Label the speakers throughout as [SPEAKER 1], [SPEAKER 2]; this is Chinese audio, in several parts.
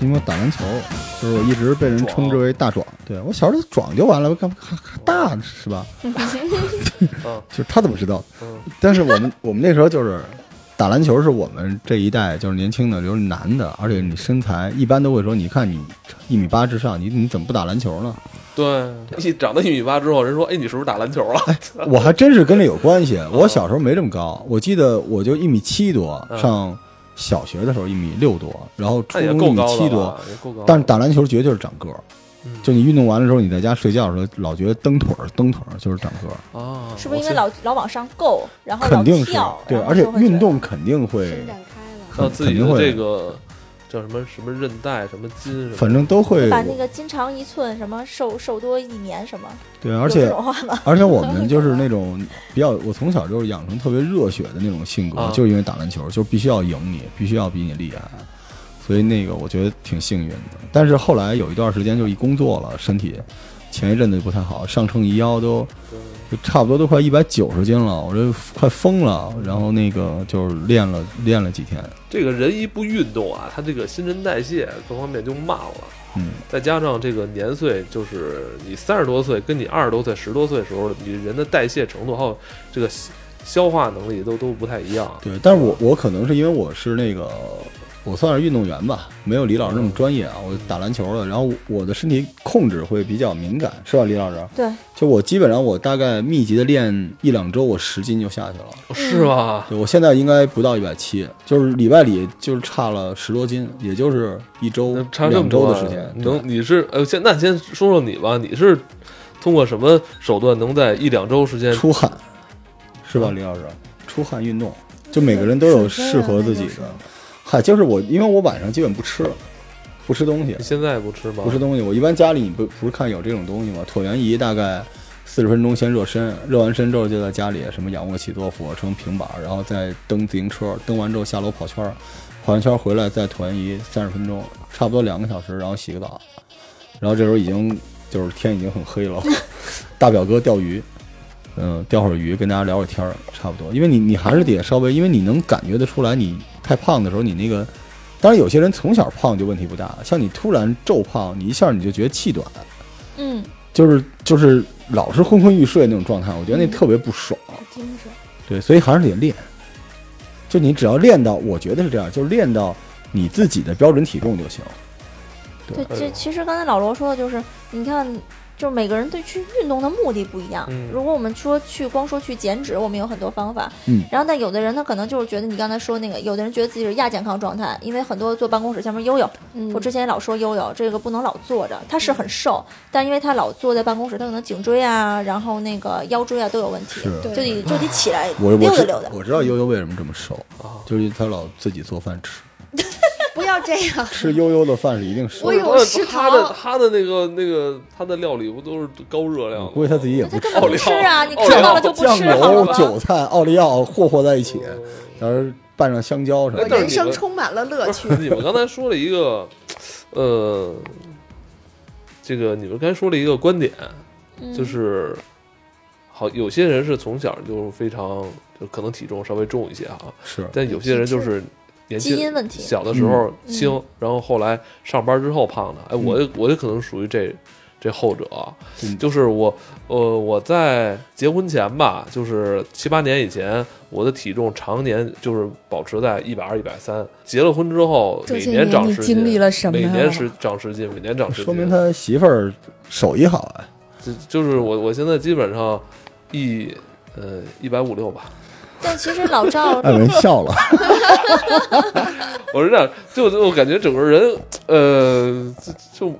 [SPEAKER 1] 因为我打篮球，就是我一直被人称之为大壮。对我小时候壮就完了，干嘛还还大是吧？
[SPEAKER 2] 嗯
[SPEAKER 1] 就是他怎么知道？
[SPEAKER 2] 嗯
[SPEAKER 1] 但是我们我们那时候就是打篮球，是我们这一代就是年轻的，就是男的，而且你身材一般都会说，你看你一米八之上，你你怎么不打篮球呢？
[SPEAKER 2] 对，一长到一米八之后，人说：“哎，你是不是打篮球了
[SPEAKER 1] 我还真是跟这有关系。我小时候没这么高，我记得我就一米七多，
[SPEAKER 2] 嗯
[SPEAKER 1] 上小学的时候一米六多，然后？”初
[SPEAKER 2] 那也
[SPEAKER 1] 中一
[SPEAKER 2] 够
[SPEAKER 1] 米
[SPEAKER 2] 高
[SPEAKER 1] 七
[SPEAKER 2] 的
[SPEAKER 1] 多
[SPEAKER 2] 了，，也够高了。
[SPEAKER 1] 但是打篮球绝对是长个儿。
[SPEAKER 2] 嗯
[SPEAKER 1] 就你运动完了之后，你在家睡觉的时候，老觉得蹬腿儿，蹬腿儿就是长个儿，
[SPEAKER 2] 啊，
[SPEAKER 3] 是不是因为
[SPEAKER 2] 我
[SPEAKER 3] 老老往上够，然后老
[SPEAKER 1] 肯定是
[SPEAKER 3] 跳，
[SPEAKER 1] 对，
[SPEAKER 3] 然后
[SPEAKER 1] 而且
[SPEAKER 3] 就会觉得
[SPEAKER 1] 运动肯定会
[SPEAKER 4] 伸，展开
[SPEAKER 2] 到
[SPEAKER 4] 了，
[SPEAKER 1] 肯
[SPEAKER 2] 自己
[SPEAKER 1] 嗯肯定
[SPEAKER 2] 的这
[SPEAKER 1] 会，
[SPEAKER 2] 个叫什么什么韧带、什么筋什么，
[SPEAKER 1] 反正都会，
[SPEAKER 3] 把那个筋长一寸，什么瘦瘦多一年，什么，
[SPEAKER 1] 对，而
[SPEAKER 3] 有
[SPEAKER 1] 且
[SPEAKER 3] 这种话吗？
[SPEAKER 1] 而且我们就是那种比较，我从小就是养成特别热血的那种性格，
[SPEAKER 2] 啊
[SPEAKER 1] 就是因为打篮球，就必须要赢你，必须要比你厉害，所以那个我觉得挺幸运的。但是后来有一段时间就一工作了，身体前一阵子就不太好，上秤一腰都
[SPEAKER 2] 对
[SPEAKER 1] 就差不多都快一百九十斤了，我这快疯了。然后那个就是练了练了几天，
[SPEAKER 2] 这个人一不运动啊，他这个新陈代谢各方面就慢了。
[SPEAKER 1] 嗯，
[SPEAKER 2] 再加上这个年岁，就是你三十多岁跟你二十多岁、十多岁的时候，你人的代谢程度还有这个消消化能力都都不太一样。
[SPEAKER 1] 对，但是我我可能是因为我是那个，我算是运动员吧，没有李老师那么专业啊。我打篮球的，然后我的身体控制会比较敏感，是吧，李老师？
[SPEAKER 3] 对，
[SPEAKER 1] 就我基本上我大概密集的练一两周，我十斤就下去了。
[SPEAKER 2] 哦是吧？
[SPEAKER 1] 对我现在应该不到一百七，就是里外里就是差了十多斤，也就是一周
[SPEAKER 2] 那差这
[SPEAKER 1] 两
[SPEAKER 2] 么多
[SPEAKER 1] 周
[SPEAKER 2] 啊
[SPEAKER 1] 的时间。对
[SPEAKER 2] 能你是呃，先那先说说你吧，你是通过什么手段能在一两周时间？
[SPEAKER 1] 出汗，是吧，李老师？出汗运动，就每个人都有适合自己
[SPEAKER 4] 水
[SPEAKER 1] 的。嗨，就是我，因为我晚上基本不吃了，不吃东西
[SPEAKER 2] 你。现在不吃吗？
[SPEAKER 1] 不吃东西。我一般家里你不不是看有这种东西吗？椭圆仪大概四十分钟先热身，热完身之后就在家里什么仰卧起坐、俯卧撑、平板，然后再蹬自行车，蹬完之后下楼跑圈儿，跑完圈儿回来再椭圆仪三十分钟，差不多两个小时，然后洗个澡，然后这时候已经就是天已经很黑了，大表哥钓鱼。嗯，钓会儿鱼，跟大家聊会儿天儿，差不多。因为你你还是得稍微，因为你能感觉得出来，你太胖的时候，你那个当然，有些人从小胖就问题不大，像你突然骤胖，你一下你就觉得气短，
[SPEAKER 3] 嗯，
[SPEAKER 1] 就是就是老是昏昏欲睡那种状态，我觉得那特别不爽。
[SPEAKER 4] 好精神。
[SPEAKER 1] 对，所以还是得练。就你只要练到，我觉得是这样，就是练到你自己的标准体重就行。
[SPEAKER 3] 对，
[SPEAKER 2] 哎
[SPEAKER 3] 这
[SPEAKER 2] 呦
[SPEAKER 3] 其实刚才老罗说的就是，你看，就是每个人对去运动的目的不一样。
[SPEAKER 2] 嗯
[SPEAKER 3] 如果我们说去光说去减脂，我们有很多方法。
[SPEAKER 1] 嗯
[SPEAKER 3] 然后，但有的人他可能就是觉得你刚才说那个，有的人觉得自己是亚健康状态，因为很多坐办公室，像什么悠悠，
[SPEAKER 4] 嗯
[SPEAKER 3] 我之前也老说悠悠这个不能老坐着，他是很瘦，
[SPEAKER 1] 嗯
[SPEAKER 3] 但因为他老坐在办公室，他可能颈椎啊，然后那个腰椎啊都有问题，
[SPEAKER 1] 是
[SPEAKER 3] 就得
[SPEAKER 4] 对
[SPEAKER 3] 就得起来
[SPEAKER 1] 我
[SPEAKER 3] 溜
[SPEAKER 1] 我
[SPEAKER 3] 达
[SPEAKER 1] 知
[SPEAKER 3] 溜达。
[SPEAKER 1] 我知道悠悠为什么这么瘦，
[SPEAKER 2] 啊，
[SPEAKER 1] 就是他老自己做饭吃，
[SPEAKER 4] 不要这 样，
[SPEAKER 1] 吃悠悠的饭是一定瘦
[SPEAKER 4] 我
[SPEAKER 1] 的。
[SPEAKER 4] 有
[SPEAKER 2] 那
[SPEAKER 4] 食
[SPEAKER 2] 他的
[SPEAKER 4] 堂
[SPEAKER 2] 他的那个那个他的料理不都是高热量
[SPEAKER 1] 我
[SPEAKER 2] 吗？
[SPEAKER 1] 嗯估计他自己也
[SPEAKER 3] 他
[SPEAKER 1] 不吃
[SPEAKER 3] 根本不吃啊，
[SPEAKER 2] 奥利奥
[SPEAKER 3] 你看到了就不
[SPEAKER 1] 酱
[SPEAKER 3] 吃好了
[SPEAKER 1] 油、
[SPEAKER 3] 吧？
[SPEAKER 1] 韭菜、奥利奥霍霍在一起，然后拌上香蕉什么
[SPEAKER 2] 哎但
[SPEAKER 1] 的
[SPEAKER 2] 是
[SPEAKER 4] 人
[SPEAKER 2] 你。
[SPEAKER 4] 生
[SPEAKER 2] 们
[SPEAKER 4] 充满了乐
[SPEAKER 2] 不
[SPEAKER 4] 趣
[SPEAKER 2] 是。你们刚才说了一个，呃，这个你们刚才说了一个观点，
[SPEAKER 3] 嗯
[SPEAKER 2] 就是好有些人是从小就非常就可能体重稍微重一些哈，
[SPEAKER 1] 是
[SPEAKER 2] 但有些人就是年轻
[SPEAKER 3] 基因问题
[SPEAKER 2] 小的时
[SPEAKER 5] 嗯
[SPEAKER 2] 候轻，然后后来上班之后胖的。哎，我就我就可能属于这这后者啊，
[SPEAKER 1] 嗯
[SPEAKER 2] 就是我呃我在结婚前吧，就是七八年以前，我的体重常年就是保持在一百二、一百三。结了婚之后，
[SPEAKER 5] 这
[SPEAKER 2] 每
[SPEAKER 5] 些
[SPEAKER 2] 年长
[SPEAKER 5] 你
[SPEAKER 2] 十斤，
[SPEAKER 5] 经历了什么
[SPEAKER 2] 每
[SPEAKER 5] 呀？
[SPEAKER 2] 年十长十斤，每年长十斤，
[SPEAKER 1] 说明他媳妇儿手艺好 啊。
[SPEAKER 2] 就就是我我现在基本上一呃一百五六吧。
[SPEAKER 3] 但其实老 赵
[SPEAKER 1] 艾文笑了，
[SPEAKER 2] 我是这样，就就我感觉整个人，呃，就就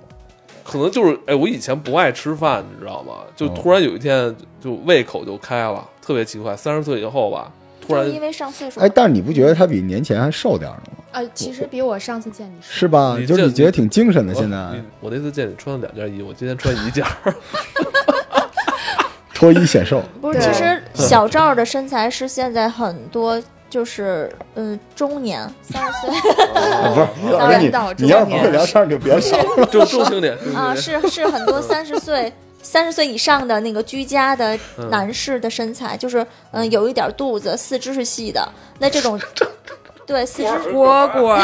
[SPEAKER 2] 可能就是，哎，我以前不爱吃饭，你知道吗？就
[SPEAKER 1] 哦
[SPEAKER 2] 突然有一天，就胃口就开了，特别奇怪。三十岁以后吧，突然
[SPEAKER 3] 就是因为上岁数嘛，
[SPEAKER 1] 哎，但是你不觉得他比年前还瘦点儿了吗？
[SPEAKER 4] 呃，其实比我上次见你瘦，
[SPEAKER 1] 是吧？
[SPEAKER 2] 你
[SPEAKER 1] 就是
[SPEAKER 2] 这
[SPEAKER 1] 你觉得挺精神的，
[SPEAKER 2] 我
[SPEAKER 1] 现在
[SPEAKER 2] 你我那次见你穿了两件衣，我今天穿一件儿，
[SPEAKER 1] 脱衣显瘦，
[SPEAKER 3] 不是，
[SPEAKER 4] 对
[SPEAKER 3] 其实小赵的身材是现在很多就是嗯中年三 十岁
[SPEAKER 1] 不是？
[SPEAKER 3] 当然
[SPEAKER 1] 你
[SPEAKER 4] 到
[SPEAKER 1] 你要是
[SPEAKER 4] 中
[SPEAKER 1] 不
[SPEAKER 4] 年
[SPEAKER 1] 会聊天儿，你就 别笑 了。
[SPEAKER 2] 中中青年，中青
[SPEAKER 3] 啊，
[SPEAKER 2] 年
[SPEAKER 3] 是是 很多三十岁。三十岁以上的那个居家的
[SPEAKER 2] 嗯
[SPEAKER 3] 男士的身材，就是嗯，有一点肚子，四肢是细的。 那这种，对四肢
[SPEAKER 5] 蝈蝈，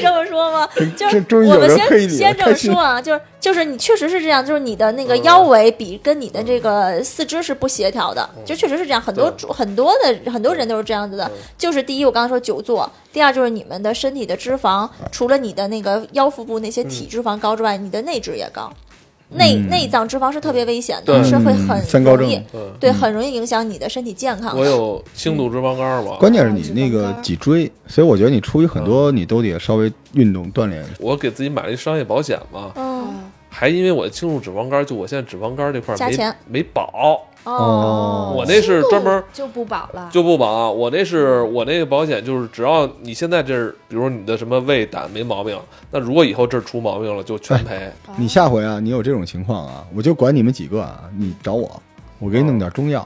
[SPEAKER 3] 道吗？就
[SPEAKER 1] 这
[SPEAKER 3] 是
[SPEAKER 1] 终于
[SPEAKER 3] 我
[SPEAKER 1] 有
[SPEAKER 3] 们
[SPEAKER 1] 人黑
[SPEAKER 3] 先
[SPEAKER 1] 你了
[SPEAKER 3] 先这
[SPEAKER 1] 开
[SPEAKER 3] 么
[SPEAKER 1] 心
[SPEAKER 3] 说啊，就是就是你确实是这样，就是你的那
[SPEAKER 2] 嗯
[SPEAKER 3] 个腰围比跟你的这个四肢是不协调的，
[SPEAKER 2] 嗯
[SPEAKER 3] 就确实是这样。很多主很多的很多人都是这样子的，就是第一我刚刚说久坐，第二就是你们的身体的脂肪，除了你的那个腰腹部那些
[SPEAKER 2] 嗯
[SPEAKER 3] 体脂肪高之外，你的内脂也高。内
[SPEAKER 1] 嗯
[SPEAKER 3] 内脏脂肪是特别危险的，
[SPEAKER 2] 对
[SPEAKER 3] 是会
[SPEAKER 1] 嗯
[SPEAKER 3] 很
[SPEAKER 1] 三高
[SPEAKER 3] 容易
[SPEAKER 1] 症
[SPEAKER 2] 嗯
[SPEAKER 3] 对，很容易影响你的身体健康的。
[SPEAKER 2] 我有轻度脂肪肝 嘛，
[SPEAKER 1] 关键是你那个脊椎，所以我觉得你出于很多你都得稍微运动锻炼。
[SPEAKER 2] 我给自己买了一商业保险嘛，
[SPEAKER 3] 嗯，
[SPEAKER 4] 啊，
[SPEAKER 2] 还因为我轻度脂肪肝，就我现在脂肪肝这块
[SPEAKER 3] 加钱
[SPEAKER 2] 没没保，
[SPEAKER 1] 哦
[SPEAKER 2] 我那是专门
[SPEAKER 4] 就不保了，
[SPEAKER 2] 就不保。啊我那是我那个保险，就是只要你现在这儿，比如你的什么胃胆没毛病，那如果以后这儿出毛病了，就全赔。
[SPEAKER 4] 啊
[SPEAKER 1] 你下回啊，你有这种情况啊，我就管你们几个啊，你找我，我给你弄点中药，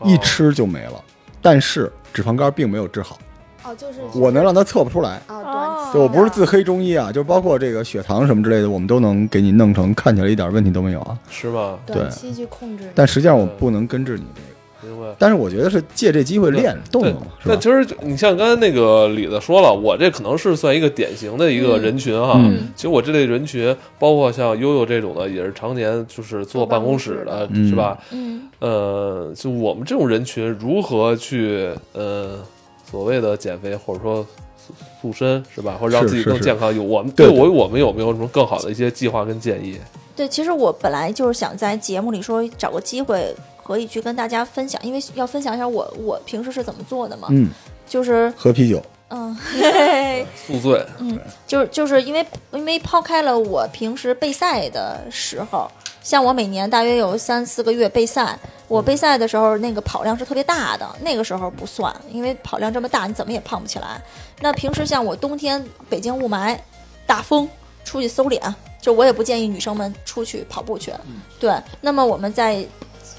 [SPEAKER 2] 哦
[SPEAKER 1] 一吃就没了。但是脂肪肝并没有治好，
[SPEAKER 4] 哦，就是
[SPEAKER 1] 我能让它测不出来。
[SPEAKER 4] 哦，短期
[SPEAKER 1] 就我不是
[SPEAKER 4] 的
[SPEAKER 1] 自黑中医啊，就包括这个血糖什么之类的，我们都能给你弄成看起来一点问题都没有啊。
[SPEAKER 2] 是吗？
[SPEAKER 4] 短期去控制，
[SPEAKER 1] 但实际上我不能根治你这个。
[SPEAKER 2] 明白。
[SPEAKER 1] 但是我觉得是借这机会练动
[SPEAKER 2] 对
[SPEAKER 1] 动嘛，是
[SPEAKER 2] 那
[SPEAKER 1] 吧？
[SPEAKER 2] 其实就你像刚才那个李子说了，我这可能是算一个典型的一个人群哈。
[SPEAKER 1] 嗯
[SPEAKER 2] 其实我这类人群，包括像悠悠这种的，也是常年就是坐办公室的，
[SPEAKER 1] 嗯
[SPEAKER 2] 是吧？
[SPEAKER 3] 嗯，
[SPEAKER 2] 呃，就我们这种人群，如何去呃所谓的减肥，或者说塑塑身，是吧？或者让
[SPEAKER 1] 是
[SPEAKER 2] 自己
[SPEAKER 1] 是
[SPEAKER 2] 更
[SPEAKER 1] 是
[SPEAKER 2] 健康？有我们
[SPEAKER 1] 对
[SPEAKER 2] 我
[SPEAKER 1] 对
[SPEAKER 2] 我们有没有什么更好的一些计划跟建议？
[SPEAKER 3] 对，其实我本来就是想在节目里说找个机会可以去跟大家分享，因为要分享一下我我平时是怎么做的嘛，
[SPEAKER 1] 嗯，
[SPEAKER 3] 就是
[SPEAKER 1] 喝啤酒，
[SPEAKER 3] 嗯，
[SPEAKER 2] 宿醉，
[SPEAKER 3] 就是就是因为因为抛开了我平时备赛的时候，像我每年大约有三四个月备赛，我备赛的时候那个跑量是特别大的，那个时候不算，因为跑量这么大，你怎么也胖不起来。那平时像我冬天北京雾霾、大风，出去搜脸，就我也不建议女生们出去跑步去。对，那么我们在，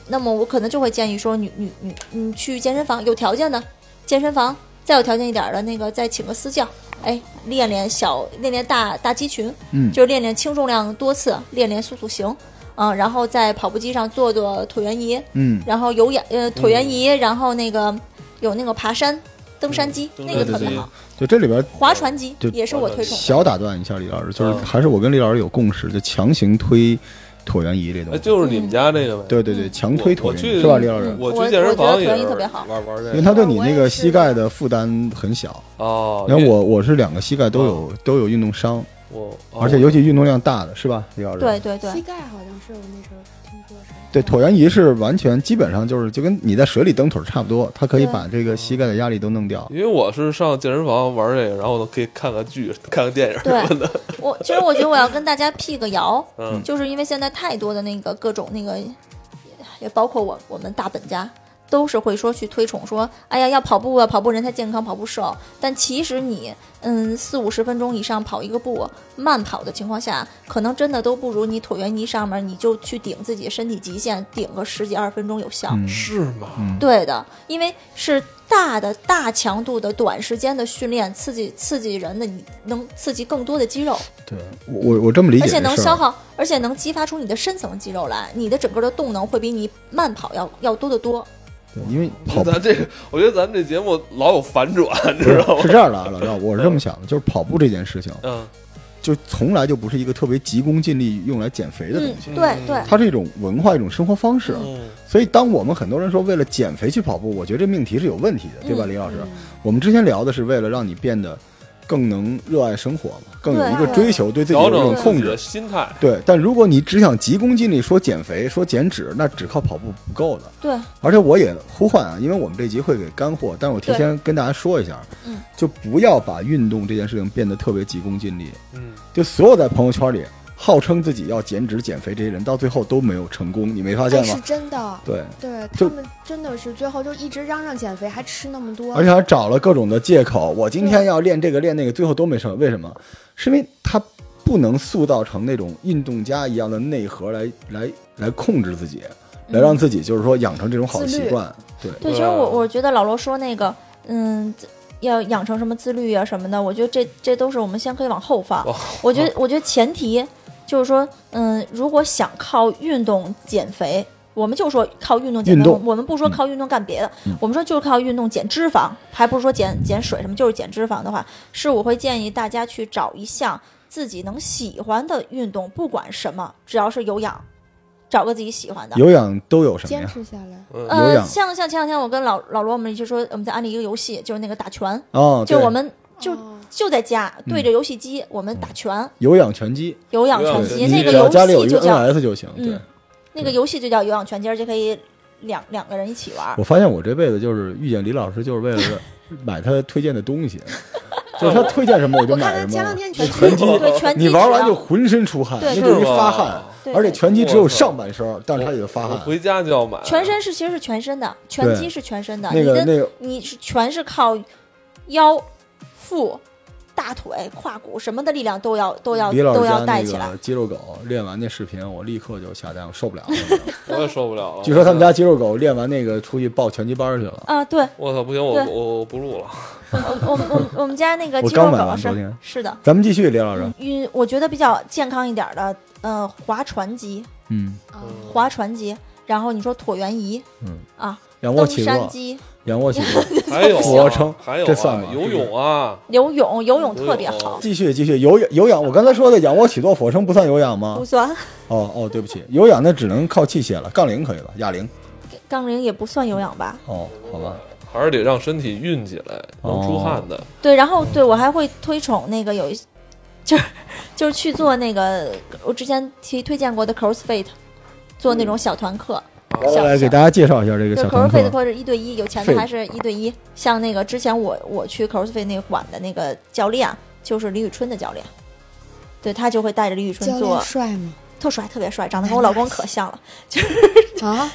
[SPEAKER 3] 那么我可能就会建议说女，女女你去健身房，有条件的健身房，再有条件一点儿的那个再请个私教，哎，练练小练练大大肌群，
[SPEAKER 1] 嗯
[SPEAKER 3] 就练练轻重量多次，练练速速型，嗯，然后在跑步机上做做椭圆仪，
[SPEAKER 1] 嗯，
[SPEAKER 3] 然后有氧呃椭圆仪，然后那个有那个爬山登山机，
[SPEAKER 2] 嗯
[SPEAKER 3] 那个
[SPEAKER 1] 登
[SPEAKER 3] 特
[SPEAKER 1] 山
[SPEAKER 3] 别
[SPEAKER 1] 机
[SPEAKER 3] 好，
[SPEAKER 1] 就这里边
[SPEAKER 3] 划船机
[SPEAKER 1] 就
[SPEAKER 3] 也是我推崇的。
[SPEAKER 1] 小打断一下李老师，就是
[SPEAKER 2] 嗯
[SPEAKER 1] 还是我跟李老师有共识，就强行推椭圆仪这东
[SPEAKER 2] 哎，
[SPEAKER 1] 西。
[SPEAKER 2] 就是你们家那个呗。
[SPEAKER 1] 对对对，强
[SPEAKER 2] 我
[SPEAKER 1] 推椭
[SPEAKER 2] 我
[SPEAKER 1] 圆仪
[SPEAKER 2] 去嗯
[SPEAKER 1] 是吧，李老师？
[SPEAKER 2] 我
[SPEAKER 3] 我
[SPEAKER 2] 去健身
[SPEAKER 3] 我觉
[SPEAKER 2] 房
[SPEAKER 3] 得
[SPEAKER 2] 也
[SPEAKER 3] 椭圆仪
[SPEAKER 2] 是
[SPEAKER 3] 特别好
[SPEAKER 2] 玩玩这
[SPEAKER 1] 因为
[SPEAKER 2] 个。
[SPEAKER 1] 它对你
[SPEAKER 4] 我也
[SPEAKER 1] 那个
[SPEAKER 4] 是
[SPEAKER 1] 膝盖的负担很小。
[SPEAKER 2] 哦，
[SPEAKER 1] 啊然后
[SPEAKER 2] 因为
[SPEAKER 1] 我我是两个膝盖都有都有运动伤，
[SPEAKER 2] 我，哦
[SPEAKER 1] 而且尤其运动量大的是吧，李老师？
[SPEAKER 3] 对对
[SPEAKER 4] 膝
[SPEAKER 3] 对，
[SPEAKER 4] 盖好像是我那时候听说是，
[SPEAKER 1] 对，椭圆仪是完全基本上就是就跟你在水里蹬腿儿差不多，它可以
[SPEAKER 3] 对
[SPEAKER 1] 把这个膝盖的压力都弄掉。
[SPEAKER 2] 因为我是上健身房玩这个，然后呢可以看看剧、看看电影
[SPEAKER 3] 对
[SPEAKER 2] 什么的。
[SPEAKER 3] 我其实我觉得我要跟大家辟个谣，
[SPEAKER 2] 嗯，
[SPEAKER 3] 就是因为现在太多的那个各种那个，也包括我我们大本家。都是会说去推崇说，哎呀，要跑步啊，跑步人才健康，跑步瘦。但其实你，嗯，四五十分钟以上跑一个步，慢跑的情况下，可能真的都不如你椭圆仪上面你就去顶自己身体极限，顶个十几二十分钟有效。
[SPEAKER 1] 嗯，
[SPEAKER 2] 是吗？
[SPEAKER 1] 嗯，
[SPEAKER 3] 对的，因为是大的大强度的短时间的训练，刺激刺激人的，你能刺激更多的肌肉，
[SPEAKER 1] 对，嗯我我我这么理解这
[SPEAKER 3] 而
[SPEAKER 1] 事
[SPEAKER 3] 且
[SPEAKER 1] 儿，啊
[SPEAKER 3] 能消耗，而且能激发出你的深层肌肉来，你的整个的动能会比你慢跑要要多得多。
[SPEAKER 1] 对，因为跑步
[SPEAKER 2] 咱这，我觉得咱们这节目老有反转，
[SPEAKER 1] 不
[SPEAKER 2] 你知
[SPEAKER 1] 是
[SPEAKER 2] 道吗
[SPEAKER 1] 是？这样的啊，老赵，我是这么想的，就是跑步这件事情，
[SPEAKER 2] 嗯，
[SPEAKER 1] 就从来就不是一个特别急功近利用来减肥的东
[SPEAKER 3] 嗯
[SPEAKER 1] 西，，
[SPEAKER 3] 对对，
[SPEAKER 1] 它是一种文化，一种生活方式。
[SPEAKER 2] 嗯，
[SPEAKER 1] 所以，当我们很多人说为了减肥去跑步，我觉得这命题是有问题的，对吧，
[SPEAKER 3] 嗯
[SPEAKER 1] 李老师？我们之前聊的是为了让你变得更能热爱生活嘛，更有一个
[SPEAKER 3] 对
[SPEAKER 1] 追求，对自己有
[SPEAKER 2] 调
[SPEAKER 1] 一种
[SPEAKER 2] 整
[SPEAKER 1] 控
[SPEAKER 2] 自己
[SPEAKER 1] 制
[SPEAKER 2] 的。心态。
[SPEAKER 1] 对，但如果你只想急功近利说减肥、说减脂，那只靠跑步不够的。
[SPEAKER 3] 对，
[SPEAKER 1] 而且我也呼唤啊，因为我们这集会给干货，但是我提前跟大家说一下，
[SPEAKER 3] 嗯
[SPEAKER 1] 就不要把运动这件事情变得特别急功近利。
[SPEAKER 2] 嗯，
[SPEAKER 1] 就所有在朋友圈里号称自己要减脂减肥这些人，到最后都没有成功，你没发
[SPEAKER 4] 哎，
[SPEAKER 1] 现
[SPEAKER 4] 是
[SPEAKER 1] 吗？
[SPEAKER 4] 真的，
[SPEAKER 1] 对，
[SPEAKER 4] 对他
[SPEAKER 1] 就
[SPEAKER 4] 们真的是最后就一直嚷嚷减肥，还吃那么多，
[SPEAKER 1] 而且还找了各种的借口，我今天要练这个练那个，最后都没成。为什么？是因为他不能塑造成那种运动家一样的内核来来来控制自己，来让自己就是说养成这种好的
[SPEAKER 4] 自律
[SPEAKER 1] 习惯。对，
[SPEAKER 3] 对，其实我我觉得老罗说那个，嗯，要养成什么自律啊什么的，我觉得这这都是我们先可以往后放。
[SPEAKER 2] 哦
[SPEAKER 3] 我觉得我觉得前提就是说，嗯，如果想靠运动减肥，我们就说靠运动减
[SPEAKER 1] 运
[SPEAKER 3] 肥，
[SPEAKER 1] 动
[SPEAKER 3] 我我们不说靠运动干别的，
[SPEAKER 1] 嗯
[SPEAKER 3] 我们说就是靠运动减脂肪，还不是说减减水什么，就是减脂肪的话，是我会建议大家去找一项自己能喜欢的运动，不管什么，只要是有氧，找个自己喜欢的。
[SPEAKER 1] 有氧都有什么
[SPEAKER 4] 坚
[SPEAKER 1] 呀？
[SPEAKER 4] 持下来，
[SPEAKER 2] 嗯
[SPEAKER 1] 有
[SPEAKER 3] 呃，
[SPEAKER 1] 氧
[SPEAKER 3] 像像前两天我跟老老罗我们一起说，我们在安利一个游戏，就是那个打拳，
[SPEAKER 1] 哦，
[SPEAKER 3] 就
[SPEAKER 1] 对嗯
[SPEAKER 3] 我们就
[SPEAKER 4] 哦
[SPEAKER 3] 就在家对着游戏机，我们打拳，
[SPEAKER 1] 有氧拳击，
[SPEAKER 3] 有氧
[SPEAKER 2] 有氧
[SPEAKER 3] 拳
[SPEAKER 2] 拳
[SPEAKER 3] 击，
[SPEAKER 2] 击
[SPEAKER 1] 你
[SPEAKER 3] 那个
[SPEAKER 1] 只要家里有
[SPEAKER 3] 游
[SPEAKER 1] 一
[SPEAKER 3] 戏
[SPEAKER 1] 个
[SPEAKER 3] 就叫
[SPEAKER 1] NS 就行。对
[SPEAKER 3] 嗯，那个游戏就叫有氧拳击，而且可以两两个人一起玩儿
[SPEAKER 1] 我。发现我这辈子就是遇见李老师，就是为了买他推荐的东西，就是他推荐什么我就
[SPEAKER 4] 我
[SPEAKER 1] 买
[SPEAKER 4] 看他
[SPEAKER 1] 什
[SPEAKER 4] 前两
[SPEAKER 1] 么。
[SPEAKER 4] 天拳
[SPEAKER 1] 拳击
[SPEAKER 3] 对拳击
[SPEAKER 1] 你玩完
[SPEAKER 3] 只要
[SPEAKER 1] 就浑身出汗，
[SPEAKER 3] 对
[SPEAKER 1] 那
[SPEAKER 3] 对
[SPEAKER 1] 就是一
[SPEAKER 2] 是吗
[SPEAKER 1] 发汗，
[SPEAKER 3] 对
[SPEAKER 1] 而且
[SPEAKER 3] 对
[SPEAKER 1] 拳击只有
[SPEAKER 2] 我操
[SPEAKER 1] 上半身儿，但是他也就发
[SPEAKER 2] 我
[SPEAKER 1] 汗。
[SPEAKER 2] 回家就要买
[SPEAKER 3] 全身是其实是全身的，拳
[SPEAKER 1] 对
[SPEAKER 3] 击是全身的，
[SPEAKER 1] 那个
[SPEAKER 3] 你的
[SPEAKER 1] 那个，
[SPEAKER 3] 你是全是靠腰、腹、大腿、胯骨什么的力量都要都要
[SPEAKER 1] 李老
[SPEAKER 3] 哦都
[SPEAKER 1] 师
[SPEAKER 3] 要
[SPEAKER 1] 家
[SPEAKER 3] 带
[SPEAKER 1] 那
[SPEAKER 3] 起来
[SPEAKER 1] 个。肌肉狗练完那视频，我立刻就下单，我受不了了。
[SPEAKER 2] 我也受不了了。
[SPEAKER 1] 据说他们家肌肉狗练完那个出去报拳击班去了。
[SPEAKER 3] 啊，对
[SPEAKER 2] 我操，不行，我
[SPEAKER 3] 对
[SPEAKER 2] 我我不录了。
[SPEAKER 3] 我我我们我们家那个
[SPEAKER 1] 我
[SPEAKER 3] 肌肉
[SPEAKER 1] 刚买
[SPEAKER 3] 狗
[SPEAKER 1] 完昨
[SPEAKER 3] 是
[SPEAKER 1] 天
[SPEAKER 3] 是的，
[SPEAKER 1] 咱们继续，李老师。
[SPEAKER 3] 嗯，我觉得比较健康一点儿的，呃，划船机、
[SPEAKER 1] 嗯，
[SPEAKER 4] 啊
[SPEAKER 2] 嗯
[SPEAKER 3] 划船机，然后你说椭圆仪，
[SPEAKER 1] 嗯
[SPEAKER 3] 啊，
[SPEAKER 1] 仰卧
[SPEAKER 3] 登
[SPEAKER 1] 起
[SPEAKER 3] 山
[SPEAKER 1] 坐，
[SPEAKER 3] 机、
[SPEAKER 1] 仰卧起 坐。
[SPEAKER 2] 还有
[SPEAKER 1] 俯卧
[SPEAKER 2] 啊
[SPEAKER 1] 撑
[SPEAKER 2] 还有
[SPEAKER 1] 这算吗
[SPEAKER 2] 啊游泳啊，
[SPEAKER 3] 游泳，游泳
[SPEAKER 2] 游
[SPEAKER 3] 特别
[SPEAKER 2] 泳
[SPEAKER 3] 好，
[SPEAKER 1] 继续继续，有氧有氧，我刚才说的仰卧起坐、俯卧撑不算有氧吗
[SPEAKER 3] 不？算
[SPEAKER 1] 哦哦，对不起，有氧那只能靠器械了，杠铃可以吧？哑铃。
[SPEAKER 3] 杠铃也不算有氧吧？
[SPEAKER 1] 哦，好吧。
[SPEAKER 2] 还是得让身体运起来，能出汗的。
[SPEAKER 3] 对，然后对我还会推崇那个有一，就是就是去做那个我之前提推荐过的 CrossFit，做那种小团课，小
[SPEAKER 1] 来给大
[SPEAKER 3] 小
[SPEAKER 1] 家介绍一下这个
[SPEAKER 3] 对
[SPEAKER 1] 小团课
[SPEAKER 3] CrossFit 或者一对一，有钱的还是一对一。像那个之前我我去 CrossFit 那馆的那个教练，啊就是李宇春的教练。对他就会带着李宇春
[SPEAKER 4] 教练
[SPEAKER 3] 做，
[SPEAKER 4] 帅吗？
[SPEAKER 3] 特帅，特别帅，长得跟我老公可像 了。
[SPEAKER 4] 啊，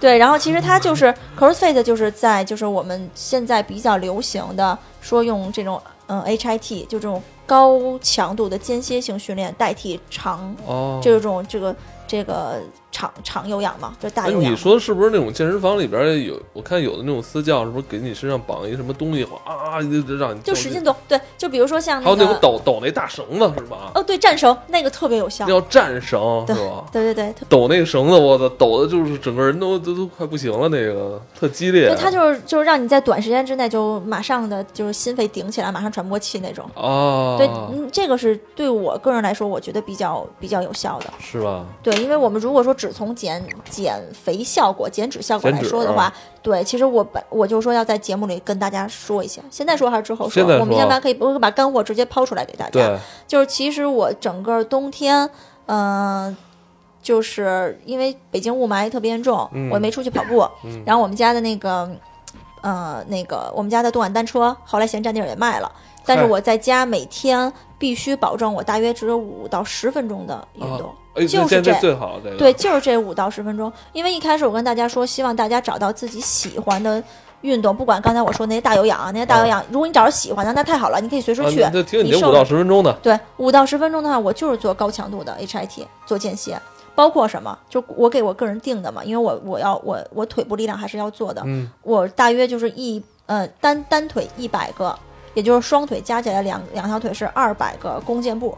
[SPEAKER 3] 对，然后其实它就是 CrossFit，就是在就是我们现在比较流行的说用这种嗯 HIT，就这种高强度的间歇性训练代替长
[SPEAKER 2] 哦，
[SPEAKER 3] 这种这个这个长长有氧嘛，就大
[SPEAKER 2] 哎，
[SPEAKER 3] 有氧
[SPEAKER 2] 你
[SPEAKER 3] 嘛。
[SPEAKER 2] 说是不是那种健身房里边有？我看有的那种私教，是不是给你身上绑一什么东西，啊啊，就就让你
[SPEAKER 3] 就
[SPEAKER 2] 跳
[SPEAKER 3] 使
[SPEAKER 2] 进
[SPEAKER 3] 劲动，对，就比如说像
[SPEAKER 2] 还有那
[SPEAKER 3] 个
[SPEAKER 2] 个抖抖那大绳子是吧？
[SPEAKER 3] 哦，对，战绳那个特别有效
[SPEAKER 2] 那，叫战绳是
[SPEAKER 3] 对
[SPEAKER 2] 吧？
[SPEAKER 3] 对对对，特
[SPEAKER 2] 抖那个绳子，我操，抖的就是整个人都都都快不行了，那个特激烈。
[SPEAKER 3] 对，它就是就是让你在短时间之内就马上的就是心肺顶起来，马上传播气那种。
[SPEAKER 2] 啊，
[SPEAKER 3] 对，嗯，这个是对我个人来说，我觉得比较比较有效的。
[SPEAKER 2] 是吧？
[SPEAKER 3] 对，因为我们如果说只从减减肥效果、减脂效果
[SPEAKER 2] 减
[SPEAKER 3] 来
[SPEAKER 2] 脂
[SPEAKER 3] 说的
[SPEAKER 2] 啊
[SPEAKER 3] 话，对，其实我本我就说要在节目里跟大家说一下，现在说还是之后说？
[SPEAKER 2] 现在
[SPEAKER 3] 我们
[SPEAKER 2] 说
[SPEAKER 3] 要不然可以不把干货直接抛出来给大家。
[SPEAKER 2] 对，
[SPEAKER 3] 就是其实我整个冬天，嗯、就是因为北京雾霾特别严重，
[SPEAKER 2] 嗯
[SPEAKER 3] 我没出去跑步，
[SPEAKER 2] 嗯
[SPEAKER 3] 然后我们家的那个，呃，那个我们家的动感单车后来嫌占地儿也卖了，但是
[SPEAKER 2] 嗨
[SPEAKER 3] 我在家每天必须保证我大约只有五到十分钟的运
[SPEAKER 2] 啊
[SPEAKER 3] 动。
[SPEAKER 2] 哎，
[SPEAKER 3] 就是
[SPEAKER 2] 那现在
[SPEAKER 3] 这
[SPEAKER 2] 最好这个
[SPEAKER 3] 对，就是这五到十分钟。因为一开始我跟大家说，希望大家找到自己喜欢的运动，不管刚才我说那些大有氧啊，那些大有氧，如果你找着喜欢的，那太好了，你可以随时去。
[SPEAKER 2] 哦啊，那听你
[SPEAKER 3] 你
[SPEAKER 2] 这
[SPEAKER 3] 瘦
[SPEAKER 2] 五到十分钟的，
[SPEAKER 3] 对，五到十分钟的话，我就是做高强度的 HIT，做间歇，包括什么？就我给我个人定的嘛，因为我我要我我腿部力量还是要做的，
[SPEAKER 2] 嗯，
[SPEAKER 3] 我大约就是一呃单单腿一百个，也就是双腿加起来两两条腿是二百个弓箭步，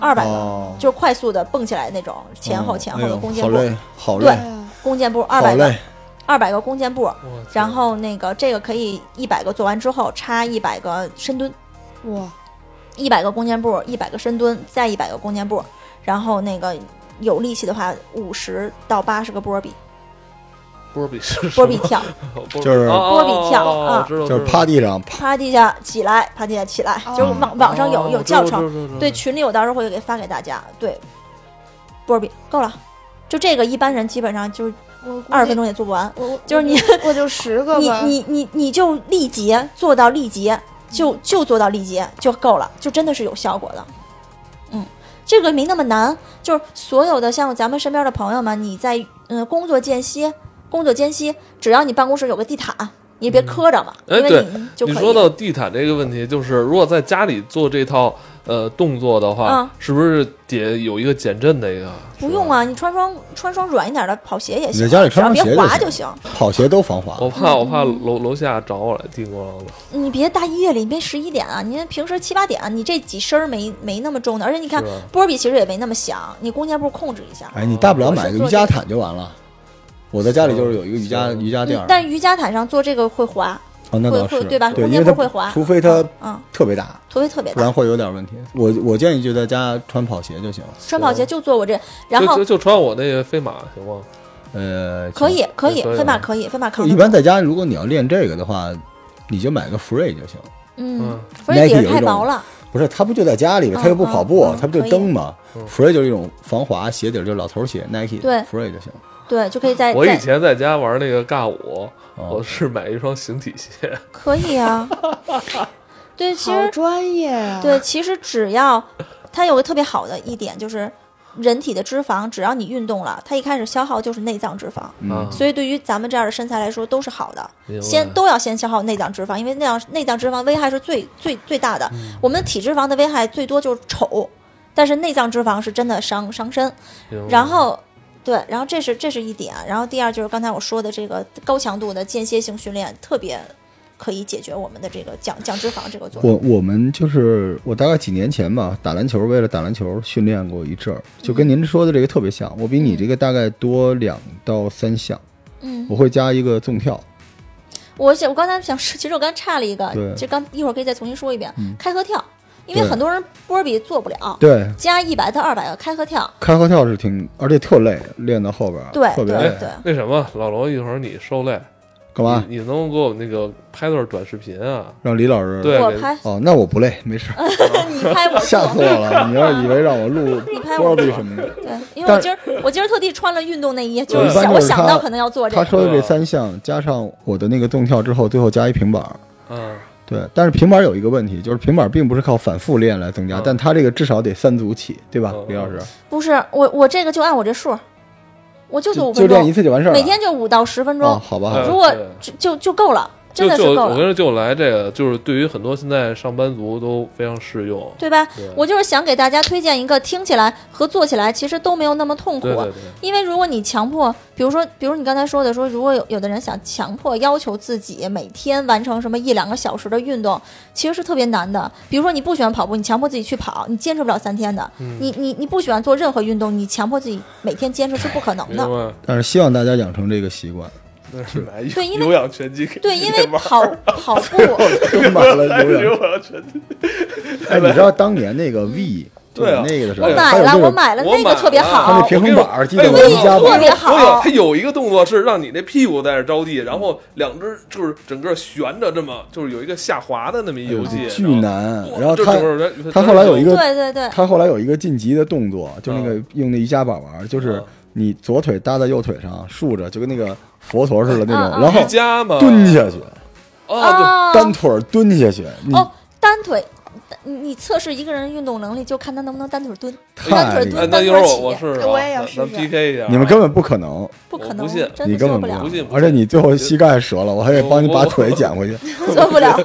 [SPEAKER 3] 二百个。
[SPEAKER 1] 哦，
[SPEAKER 3] 就是快速的蹦起来那种，前后前后
[SPEAKER 1] 哎
[SPEAKER 3] 的
[SPEAKER 1] 呦
[SPEAKER 3] 弓箭
[SPEAKER 1] 好
[SPEAKER 3] 步，
[SPEAKER 1] 累，好
[SPEAKER 3] 对
[SPEAKER 1] 累，
[SPEAKER 4] 哎呀
[SPEAKER 3] 弓箭步二
[SPEAKER 1] 好
[SPEAKER 3] 百个
[SPEAKER 1] 累。
[SPEAKER 3] 二百个弓箭步，
[SPEAKER 2] 我天
[SPEAKER 3] 嗯然后那个这个可以一百个做完之后插一百个深蹲，
[SPEAKER 4] 哇，
[SPEAKER 3] 一百个弓箭步，一百个深蹲，再一百个弓箭步，然后那个有力气的话，五十到八十个波比
[SPEAKER 2] 波比是
[SPEAKER 3] 波比跳，
[SPEAKER 1] 就是
[SPEAKER 2] 波
[SPEAKER 3] 波比跳
[SPEAKER 2] 哦、
[SPEAKER 3] 啊
[SPEAKER 2] 知道
[SPEAKER 1] 就是趴地上啪，
[SPEAKER 3] 趴地下起来，趴地下起来，
[SPEAKER 4] 哦
[SPEAKER 3] 就是网网上有有教程，，对
[SPEAKER 2] 知
[SPEAKER 3] 群里我到时候会给发给大家，对，波比够了，就这个一般人基本上就
[SPEAKER 4] 我估
[SPEAKER 3] 二十
[SPEAKER 4] 计
[SPEAKER 3] 分，钟也做不完，
[SPEAKER 4] 我我
[SPEAKER 3] 就是你
[SPEAKER 4] 我就十个
[SPEAKER 3] 你
[SPEAKER 4] 吧，
[SPEAKER 3] 你你你就力竭做到力竭，
[SPEAKER 2] 嗯
[SPEAKER 3] 就就做到力竭就够了，就真的是有效果的。嗯，这个没那么难，就是所有的像咱们身边的朋友们，你在嗯、呃工作间隙，工作间隙，只要你办公室有个地毯，你也别磕着嘛，
[SPEAKER 2] 哎
[SPEAKER 3] 因为
[SPEAKER 2] 对
[SPEAKER 3] 你就可
[SPEAKER 2] 你
[SPEAKER 3] 以。
[SPEAKER 2] 说到地毯这个问题，就是如果在家里做这套呃动作的话，
[SPEAKER 3] 嗯
[SPEAKER 2] 是不是得有一个减震的一个？
[SPEAKER 3] 不用啊，你穿双穿双软一点的跑鞋也
[SPEAKER 1] 你在
[SPEAKER 3] 行，
[SPEAKER 1] 家里穿
[SPEAKER 3] 只要
[SPEAKER 1] 双鞋
[SPEAKER 3] 别滑
[SPEAKER 1] 就
[SPEAKER 3] 就行。
[SPEAKER 1] 跑鞋都防滑
[SPEAKER 2] 我。怕我怕楼楼下找我来叮咣啷的。
[SPEAKER 3] 你别大夜里，你别十一点啊！你平时七八点啊，你这几声儿没没那么重的，而且你看
[SPEAKER 2] 是啊
[SPEAKER 3] 波儿比其实也没那么响，你弓箭步控制一下。
[SPEAKER 1] 哎，你大不了买
[SPEAKER 3] 我是
[SPEAKER 1] 个
[SPEAKER 3] 做
[SPEAKER 1] 瑜伽毯就完了。我在家里就是有一个瑜伽
[SPEAKER 2] 行
[SPEAKER 1] 瑜伽垫
[SPEAKER 3] 嗯
[SPEAKER 1] 儿，
[SPEAKER 3] 但瑜伽毯上做这个会滑，
[SPEAKER 1] 哦，那
[SPEAKER 3] 会
[SPEAKER 1] 倒
[SPEAKER 3] 会
[SPEAKER 1] 是
[SPEAKER 3] 对吧空
[SPEAKER 1] 因为
[SPEAKER 3] 间
[SPEAKER 1] 它
[SPEAKER 3] 不会滑
[SPEAKER 1] 除非它
[SPEAKER 3] 嗯，
[SPEAKER 1] 特别大，
[SPEAKER 3] 突飞特别
[SPEAKER 1] 不然
[SPEAKER 3] 大。
[SPEAKER 1] 会有点问题。我我建议就在家穿跑鞋就行。
[SPEAKER 3] 穿跑鞋就做我这，然
[SPEAKER 2] 就
[SPEAKER 3] 后
[SPEAKER 2] 就就穿我那个飞马行吗？
[SPEAKER 1] 呃，
[SPEAKER 3] 可以可以
[SPEAKER 2] 可以啊
[SPEAKER 3] 飞马可以飞马
[SPEAKER 1] 就
[SPEAKER 3] 扛得
[SPEAKER 1] 一
[SPEAKER 3] 住。
[SPEAKER 1] 般在家，如果你要练这个的话，你就买个 Free 就行。
[SPEAKER 3] 嗯
[SPEAKER 2] 嗯，
[SPEAKER 3] 不是底
[SPEAKER 1] Nike 有
[SPEAKER 3] 儿
[SPEAKER 1] 一
[SPEAKER 3] 太
[SPEAKER 1] 种
[SPEAKER 3] 薄了，
[SPEAKER 1] 不是，他不就在家里吗？
[SPEAKER 3] 嗯
[SPEAKER 1] 他又不跑步
[SPEAKER 3] 嗯嗯，
[SPEAKER 1] 他不就蹬吗
[SPEAKER 2] 嗯
[SPEAKER 1] ？Free 就是一种防滑鞋底，儿，就是老头儿鞋 Nike
[SPEAKER 3] 对
[SPEAKER 1] Free 就行。
[SPEAKER 3] 对，就可以在
[SPEAKER 2] 我以
[SPEAKER 3] 在
[SPEAKER 2] 前在家玩那个尬舞，
[SPEAKER 1] 啊
[SPEAKER 2] 我是买一双形体鞋，
[SPEAKER 3] 可 以啊。对，其
[SPEAKER 4] 好
[SPEAKER 3] 实
[SPEAKER 4] 专业啊！
[SPEAKER 3] 对，其实只要它有个特别好的一点就是。人体的脂肪，只要你运动了，它一开始消耗就是内脏脂肪，
[SPEAKER 2] 啊
[SPEAKER 1] 嗯，
[SPEAKER 3] 所以对于咱们这样的身材来说都是好的。
[SPEAKER 2] 明白
[SPEAKER 3] 先都要先消耗内脏脂肪，因为内脏内脏脂肪危害是最最最大的。
[SPEAKER 1] 嗯
[SPEAKER 3] 我们的体脂肪的危害最多就是丑，但是内脏脂肪是真的伤伤身。
[SPEAKER 1] 哦
[SPEAKER 2] 明白
[SPEAKER 3] 然后，对，然后这是这是一点，啊然后第二就是刚才我说的这个高强度的间歇性训练，特别可以解决我们的这个降降脂肪这个作用。
[SPEAKER 1] 我我们就是我大概几年前吧，打篮球，为了打篮球训练过一阵儿，就跟您说的这个特别像。我比你这个大概多两到三项，
[SPEAKER 3] 嗯，
[SPEAKER 1] 我会加一个纵跳。
[SPEAKER 3] 我想我刚才想说，其实我刚差了一个
[SPEAKER 1] 对，
[SPEAKER 3] 这刚一会儿可以再重新说一遍，
[SPEAKER 1] 嗯
[SPEAKER 3] 开合跳，因为
[SPEAKER 1] 对
[SPEAKER 3] 很多人波比做不了，
[SPEAKER 1] 对，
[SPEAKER 3] 加一百到二百个开合跳，
[SPEAKER 1] 开合跳是挺，而且特累，练到后边儿
[SPEAKER 3] 对
[SPEAKER 1] 特别
[SPEAKER 3] 对
[SPEAKER 1] 累。
[SPEAKER 3] 对。
[SPEAKER 2] 那什么，老罗，一会儿你受累，
[SPEAKER 1] 干嘛？
[SPEAKER 2] 你你能给我那个拍段短视频啊？
[SPEAKER 1] 让李老师
[SPEAKER 2] 对
[SPEAKER 3] 我
[SPEAKER 2] 给
[SPEAKER 3] 拍，
[SPEAKER 1] 哦，那我不累，没事儿，
[SPEAKER 3] 你拍我
[SPEAKER 1] 吓死我
[SPEAKER 3] 做，
[SPEAKER 1] 了！你要是以为让我录
[SPEAKER 3] 拍
[SPEAKER 1] 多少
[SPEAKER 3] 我
[SPEAKER 1] 比什么的，
[SPEAKER 3] 对，因为
[SPEAKER 1] 但
[SPEAKER 3] 我今儿我今儿特地穿了运动内衣，就
[SPEAKER 1] 我
[SPEAKER 3] 是
[SPEAKER 1] 一般
[SPEAKER 3] 想
[SPEAKER 1] 就
[SPEAKER 3] 我
[SPEAKER 1] 是
[SPEAKER 3] 想
[SPEAKER 1] 他
[SPEAKER 3] 到可能要做这
[SPEAKER 1] 他
[SPEAKER 3] 个，
[SPEAKER 1] 说的这三项加上我的那个纵跳之后，最后加一平板儿。
[SPEAKER 2] 嗯，
[SPEAKER 1] 对，但是平板儿有一个问题，就是平板儿并不是靠反复练来增加，
[SPEAKER 2] 嗯
[SPEAKER 1] 但它这个至少得三组起，对吧
[SPEAKER 2] 嗯，
[SPEAKER 1] 李老师？
[SPEAKER 3] 不是我我这个就按我这数，我就做
[SPEAKER 1] 就
[SPEAKER 3] 五
[SPEAKER 1] 就
[SPEAKER 3] 分
[SPEAKER 1] 练一
[SPEAKER 3] 钟，
[SPEAKER 1] 次就完事儿了。
[SPEAKER 3] 每天就五到十分
[SPEAKER 1] 哦，
[SPEAKER 3] 钟，
[SPEAKER 1] 好吧，好
[SPEAKER 2] 呃
[SPEAKER 1] 吧
[SPEAKER 3] 如果
[SPEAKER 2] 对
[SPEAKER 3] 就就就够了，真
[SPEAKER 2] 就
[SPEAKER 3] 的是
[SPEAKER 2] 就
[SPEAKER 3] 够
[SPEAKER 2] 我跟你说，
[SPEAKER 3] 了，
[SPEAKER 2] 就来这个，就是对于很多现在上班族都非常适用。
[SPEAKER 3] 对吧
[SPEAKER 2] 对？
[SPEAKER 3] 我就是想给大家推荐一个听起来和做起来其实都没有那么痛苦
[SPEAKER 2] 对，对对，
[SPEAKER 3] 因为如果你强迫，比如说，比如你刚才说的说，如果有有的人想强迫要求自己每天完成什么一两个小时的运动，其实是特别难的。比如说你不喜欢跑步，你强迫自己去跑，你坚持不了三天的。
[SPEAKER 2] 嗯
[SPEAKER 3] 你你你不喜欢做任何运动，你强迫自己每天坚持是不可能
[SPEAKER 2] 明
[SPEAKER 3] 的。
[SPEAKER 2] 白。
[SPEAKER 1] 但是希望大家养成这个习惯。
[SPEAKER 2] 那是买
[SPEAKER 3] 对因为
[SPEAKER 2] 有氧拳击给
[SPEAKER 3] 对，
[SPEAKER 2] 你
[SPEAKER 3] 因为嗯
[SPEAKER 2] 玩儿
[SPEAKER 3] 跑跑步，
[SPEAKER 1] 都买了
[SPEAKER 2] 来
[SPEAKER 1] 有
[SPEAKER 2] 有
[SPEAKER 1] 氧。
[SPEAKER 2] 氧拳击，
[SPEAKER 1] 哎，你知道当年那个 V
[SPEAKER 2] 对啊
[SPEAKER 1] 那个的时候，
[SPEAKER 3] 我
[SPEAKER 1] 还
[SPEAKER 3] 买
[SPEAKER 1] 有
[SPEAKER 3] 了，
[SPEAKER 1] 这
[SPEAKER 3] 我
[SPEAKER 1] 个
[SPEAKER 3] 买了
[SPEAKER 2] 我
[SPEAKER 3] 那
[SPEAKER 2] 买
[SPEAKER 3] 个特别
[SPEAKER 2] 了
[SPEAKER 1] 它 那
[SPEAKER 3] 好
[SPEAKER 1] 平，衡板儿记得
[SPEAKER 2] 哎
[SPEAKER 1] 我
[SPEAKER 2] 我跟
[SPEAKER 1] 们
[SPEAKER 2] 你
[SPEAKER 1] 家
[SPEAKER 2] 说
[SPEAKER 3] 特别好
[SPEAKER 2] 我有它有一个动作是让你那屁股在这着地，然后两只就是整个悬着这么，就是有一个下滑的那么一游戏，
[SPEAKER 1] 巨
[SPEAKER 2] 你知道吗。
[SPEAKER 1] 难。
[SPEAKER 2] 哇
[SPEAKER 1] 然后
[SPEAKER 2] 这
[SPEAKER 1] 他
[SPEAKER 2] 整个人
[SPEAKER 1] 他后来有一个
[SPEAKER 3] 对对对，
[SPEAKER 1] 他后来有一个晋级的动作，就那个用那瑜伽板玩儿，就是
[SPEAKER 2] 嗯
[SPEAKER 1] 你左腿搭在右腿上，竖着，就跟那个佛陀似的那
[SPEAKER 3] 嗯
[SPEAKER 1] 种，
[SPEAKER 3] 嗯
[SPEAKER 1] 然
[SPEAKER 2] 瑜
[SPEAKER 1] 后
[SPEAKER 2] 伽嘛，
[SPEAKER 1] 蹲下去，
[SPEAKER 2] 哦，
[SPEAKER 3] 啊，
[SPEAKER 1] 单腿蹲下去，你
[SPEAKER 3] 哦，单腿。你你测试一个人运动能力，就看他能不能单腿蹲，单
[SPEAKER 1] 太
[SPEAKER 3] 腿
[SPEAKER 1] 厉
[SPEAKER 2] 对，哎
[SPEAKER 1] 害
[SPEAKER 3] 蹲，，
[SPEAKER 2] 那
[SPEAKER 3] 单
[SPEAKER 2] 一
[SPEAKER 3] 腿
[SPEAKER 2] 会儿我
[SPEAKER 3] 起
[SPEAKER 2] 我。试试啊，
[SPEAKER 4] 我也要
[SPEAKER 2] 咱
[SPEAKER 4] 试
[SPEAKER 2] 咱
[SPEAKER 4] 试
[SPEAKER 2] PK 一下啊，
[SPEAKER 1] 你们根本不可能，
[SPEAKER 3] 不可
[SPEAKER 2] 我
[SPEAKER 3] 能，
[SPEAKER 2] 不信
[SPEAKER 3] 真
[SPEAKER 1] 你
[SPEAKER 3] 的
[SPEAKER 1] 根
[SPEAKER 3] 做
[SPEAKER 1] 本
[SPEAKER 3] 不
[SPEAKER 1] 可
[SPEAKER 3] 了，
[SPEAKER 2] 不信
[SPEAKER 1] 能，而且你最后膝盖折了，我还得帮你
[SPEAKER 2] 我
[SPEAKER 1] 把腿捡 回去。
[SPEAKER 3] 做不了，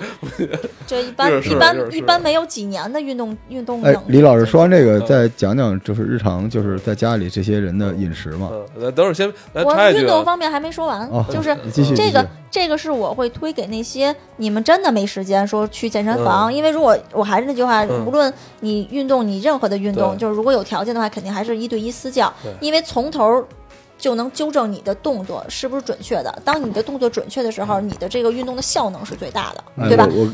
[SPEAKER 3] 这一般
[SPEAKER 2] 是是
[SPEAKER 3] 一
[SPEAKER 2] 是
[SPEAKER 3] 般
[SPEAKER 2] 是
[SPEAKER 3] 一般没有几年的运动运动
[SPEAKER 1] 哎，
[SPEAKER 3] 能力。
[SPEAKER 1] 李老师说完这个，
[SPEAKER 2] 嗯
[SPEAKER 1] 再讲讲就是日常就是在家里这些人的饮食嘛。
[SPEAKER 2] 嗯，来等会儿先来插
[SPEAKER 3] 我
[SPEAKER 2] 一句
[SPEAKER 3] 运动
[SPEAKER 2] 啊，
[SPEAKER 3] 方面还没说完
[SPEAKER 1] 哦，
[SPEAKER 3] 就是
[SPEAKER 1] 你继续
[SPEAKER 3] 这
[SPEAKER 1] 继
[SPEAKER 3] 个
[SPEAKER 1] 续
[SPEAKER 3] 这个是我会推给那些你们真的没时间说去健身
[SPEAKER 1] 嗯
[SPEAKER 3] 房，因为如果我还是那句话，
[SPEAKER 2] 嗯
[SPEAKER 3] 无论你运动你任何的运动，
[SPEAKER 2] 对
[SPEAKER 3] 就是如果有条件的话，肯定还是一对一私教
[SPEAKER 2] 对，
[SPEAKER 3] 因为从头。就能纠正你的动作是不是准确的。当你的动作准确的时候，你的这个运动的效能是最大的，
[SPEAKER 1] 嗯哎
[SPEAKER 3] 对吧？
[SPEAKER 1] 我我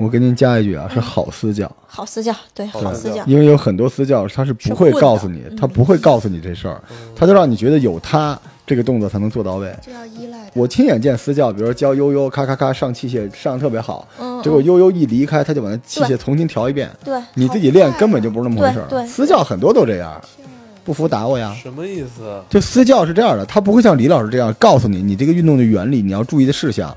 [SPEAKER 1] 我跟您加一句啊，是好私教，
[SPEAKER 3] 好私教，对，好私教，
[SPEAKER 1] 因为有很多私教他是不会告诉你
[SPEAKER 3] 嗯是混，的嗯
[SPEAKER 1] 他不会告诉你这事儿，
[SPEAKER 2] 嗯
[SPEAKER 1] 他就让你觉得有他这个动作才能做到位。
[SPEAKER 4] 这要依赖他。
[SPEAKER 1] 我亲眼见私教，比如说教悠悠，咔咔咔上器械上得特别好，
[SPEAKER 3] 嗯，
[SPEAKER 1] 结果悠悠一离开，他就把那器械
[SPEAKER 3] 对
[SPEAKER 1] 重新调一遍。
[SPEAKER 3] 对，
[SPEAKER 1] 你自己练根本就不是那么回事
[SPEAKER 3] 对
[SPEAKER 1] 儿。
[SPEAKER 3] 对
[SPEAKER 1] 私教很多都这样，
[SPEAKER 4] 天啊
[SPEAKER 1] 不服打我呀。
[SPEAKER 2] 什么意思？啊
[SPEAKER 1] 就私教是这样的，他不会像李老师这样告诉你你这个运动的原理，你要注意的事项，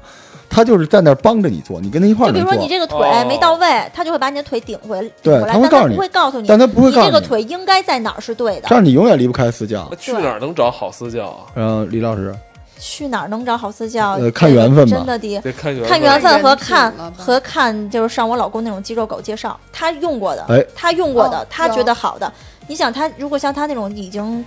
[SPEAKER 1] 他就是在那儿帮着你做，你跟他一块儿
[SPEAKER 3] 就比
[SPEAKER 1] 能
[SPEAKER 3] 如说
[SPEAKER 1] 做，
[SPEAKER 3] 你这个腿
[SPEAKER 2] 哦
[SPEAKER 3] 没到位，他就会把你的腿顶回顶
[SPEAKER 1] 对
[SPEAKER 3] 回来，
[SPEAKER 1] 他会
[SPEAKER 3] 但
[SPEAKER 1] 告诉
[SPEAKER 3] 他
[SPEAKER 1] 你
[SPEAKER 3] 不会告诉你，
[SPEAKER 1] 但他不会告
[SPEAKER 3] 你这
[SPEAKER 1] 诉
[SPEAKER 3] 个
[SPEAKER 1] 你，
[SPEAKER 3] 腿应该在哪儿是对
[SPEAKER 1] 这
[SPEAKER 3] 的。
[SPEAKER 1] 样你永远离不开私教
[SPEAKER 2] 那。去哪儿能找好私教啊？
[SPEAKER 1] 然后李老师，
[SPEAKER 3] 去哪儿能找好私教？
[SPEAKER 1] 呃看缘分吧
[SPEAKER 3] 真的的。
[SPEAKER 2] 得看缘
[SPEAKER 3] 看缘分和
[SPEAKER 4] 看人品
[SPEAKER 3] 看
[SPEAKER 4] 了吧
[SPEAKER 3] 和看，就是上我老公那种肌肉狗介绍，他用过的，
[SPEAKER 1] 哎
[SPEAKER 3] 他用过的，
[SPEAKER 4] 哦
[SPEAKER 3] 他
[SPEAKER 4] 有
[SPEAKER 3] 觉得好的。你想，他如果像他那种已经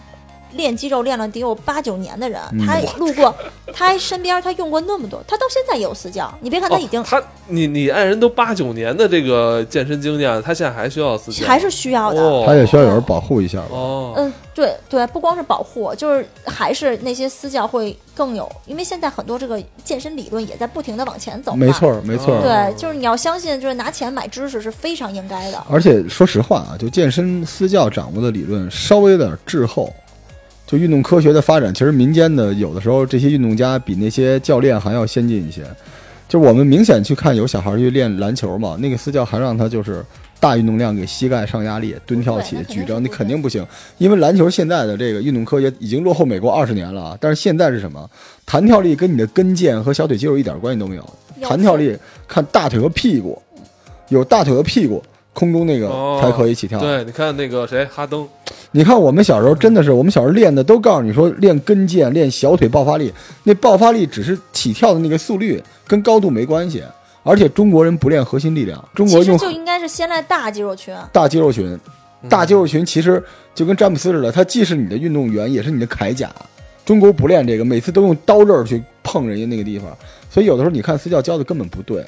[SPEAKER 3] 练肌肉练了得有八九年的人，
[SPEAKER 1] 嗯
[SPEAKER 3] 他路过，他身边他用过那么多，他到现在也有私教。你别看他已经、
[SPEAKER 2] 哦、他你你爱人都八九年的这个健身经验，他现在还需要私教，啊
[SPEAKER 3] 还是需要的。
[SPEAKER 2] 哦
[SPEAKER 1] 他也需要有人保护一下吧。
[SPEAKER 2] 哦，
[SPEAKER 3] 嗯，对对，不光是保护，就是还是那些私教会更有，因为现在很多这个健身理论也在不停的往前走嘛。
[SPEAKER 1] 没错儿，嗯没错儿。
[SPEAKER 3] 对，就是你要相信，就是拿钱买知识是非常应该的。
[SPEAKER 1] 而且说实话啊，就健身私教掌握的理论稍微有点滞后。就运动科学的发展，其实民间的有的时候这些运动家比那些教练还要先进一些。就我们明显去看有小孩去练篮球嘛，那个私教还让他就是大运动量给膝盖上压力，蹲跳起
[SPEAKER 3] 对那肯定
[SPEAKER 1] 举
[SPEAKER 3] 是
[SPEAKER 1] 着，
[SPEAKER 3] 不
[SPEAKER 1] 那
[SPEAKER 3] 对
[SPEAKER 1] 肯定不行。因为篮球现在的这个运动科学已经落后美国二十年了啊，但是现在是什么？弹跳力跟你的跟腱和小腿肌肉一点关系都没有，
[SPEAKER 3] 要
[SPEAKER 1] 弹跳力看大腿和屁股，有大腿和屁股，空中那个
[SPEAKER 2] 哦
[SPEAKER 1] 才可以起跳。
[SPEAKER 2] 对，你看那个谁哈登，
[SPEAKER 1] 你看我们小时候真的是，我们小时候练的都告诉你说练跟腱、练小腿爆发力，那爆发力只是起跳的那个速率，跟高度没关系。而且中国人不练核心力量，中国
[SPEAKER 3] 其实
[SPEAKER 1] 用
[SPEAKER 3] 就应该是先来大肌肉群，
[SPEAKER 1] 大肌肉群，
[SPEAKER 2] 嗯
[SPEAKER 1] 大肌肉群其实就跟詹姆斯似的，它既是你的运动员，也是你的铠甲。中国不练这个，每次都用刀刃儿去碰人家那个地方，所以有的时候你看私教教的根本不对。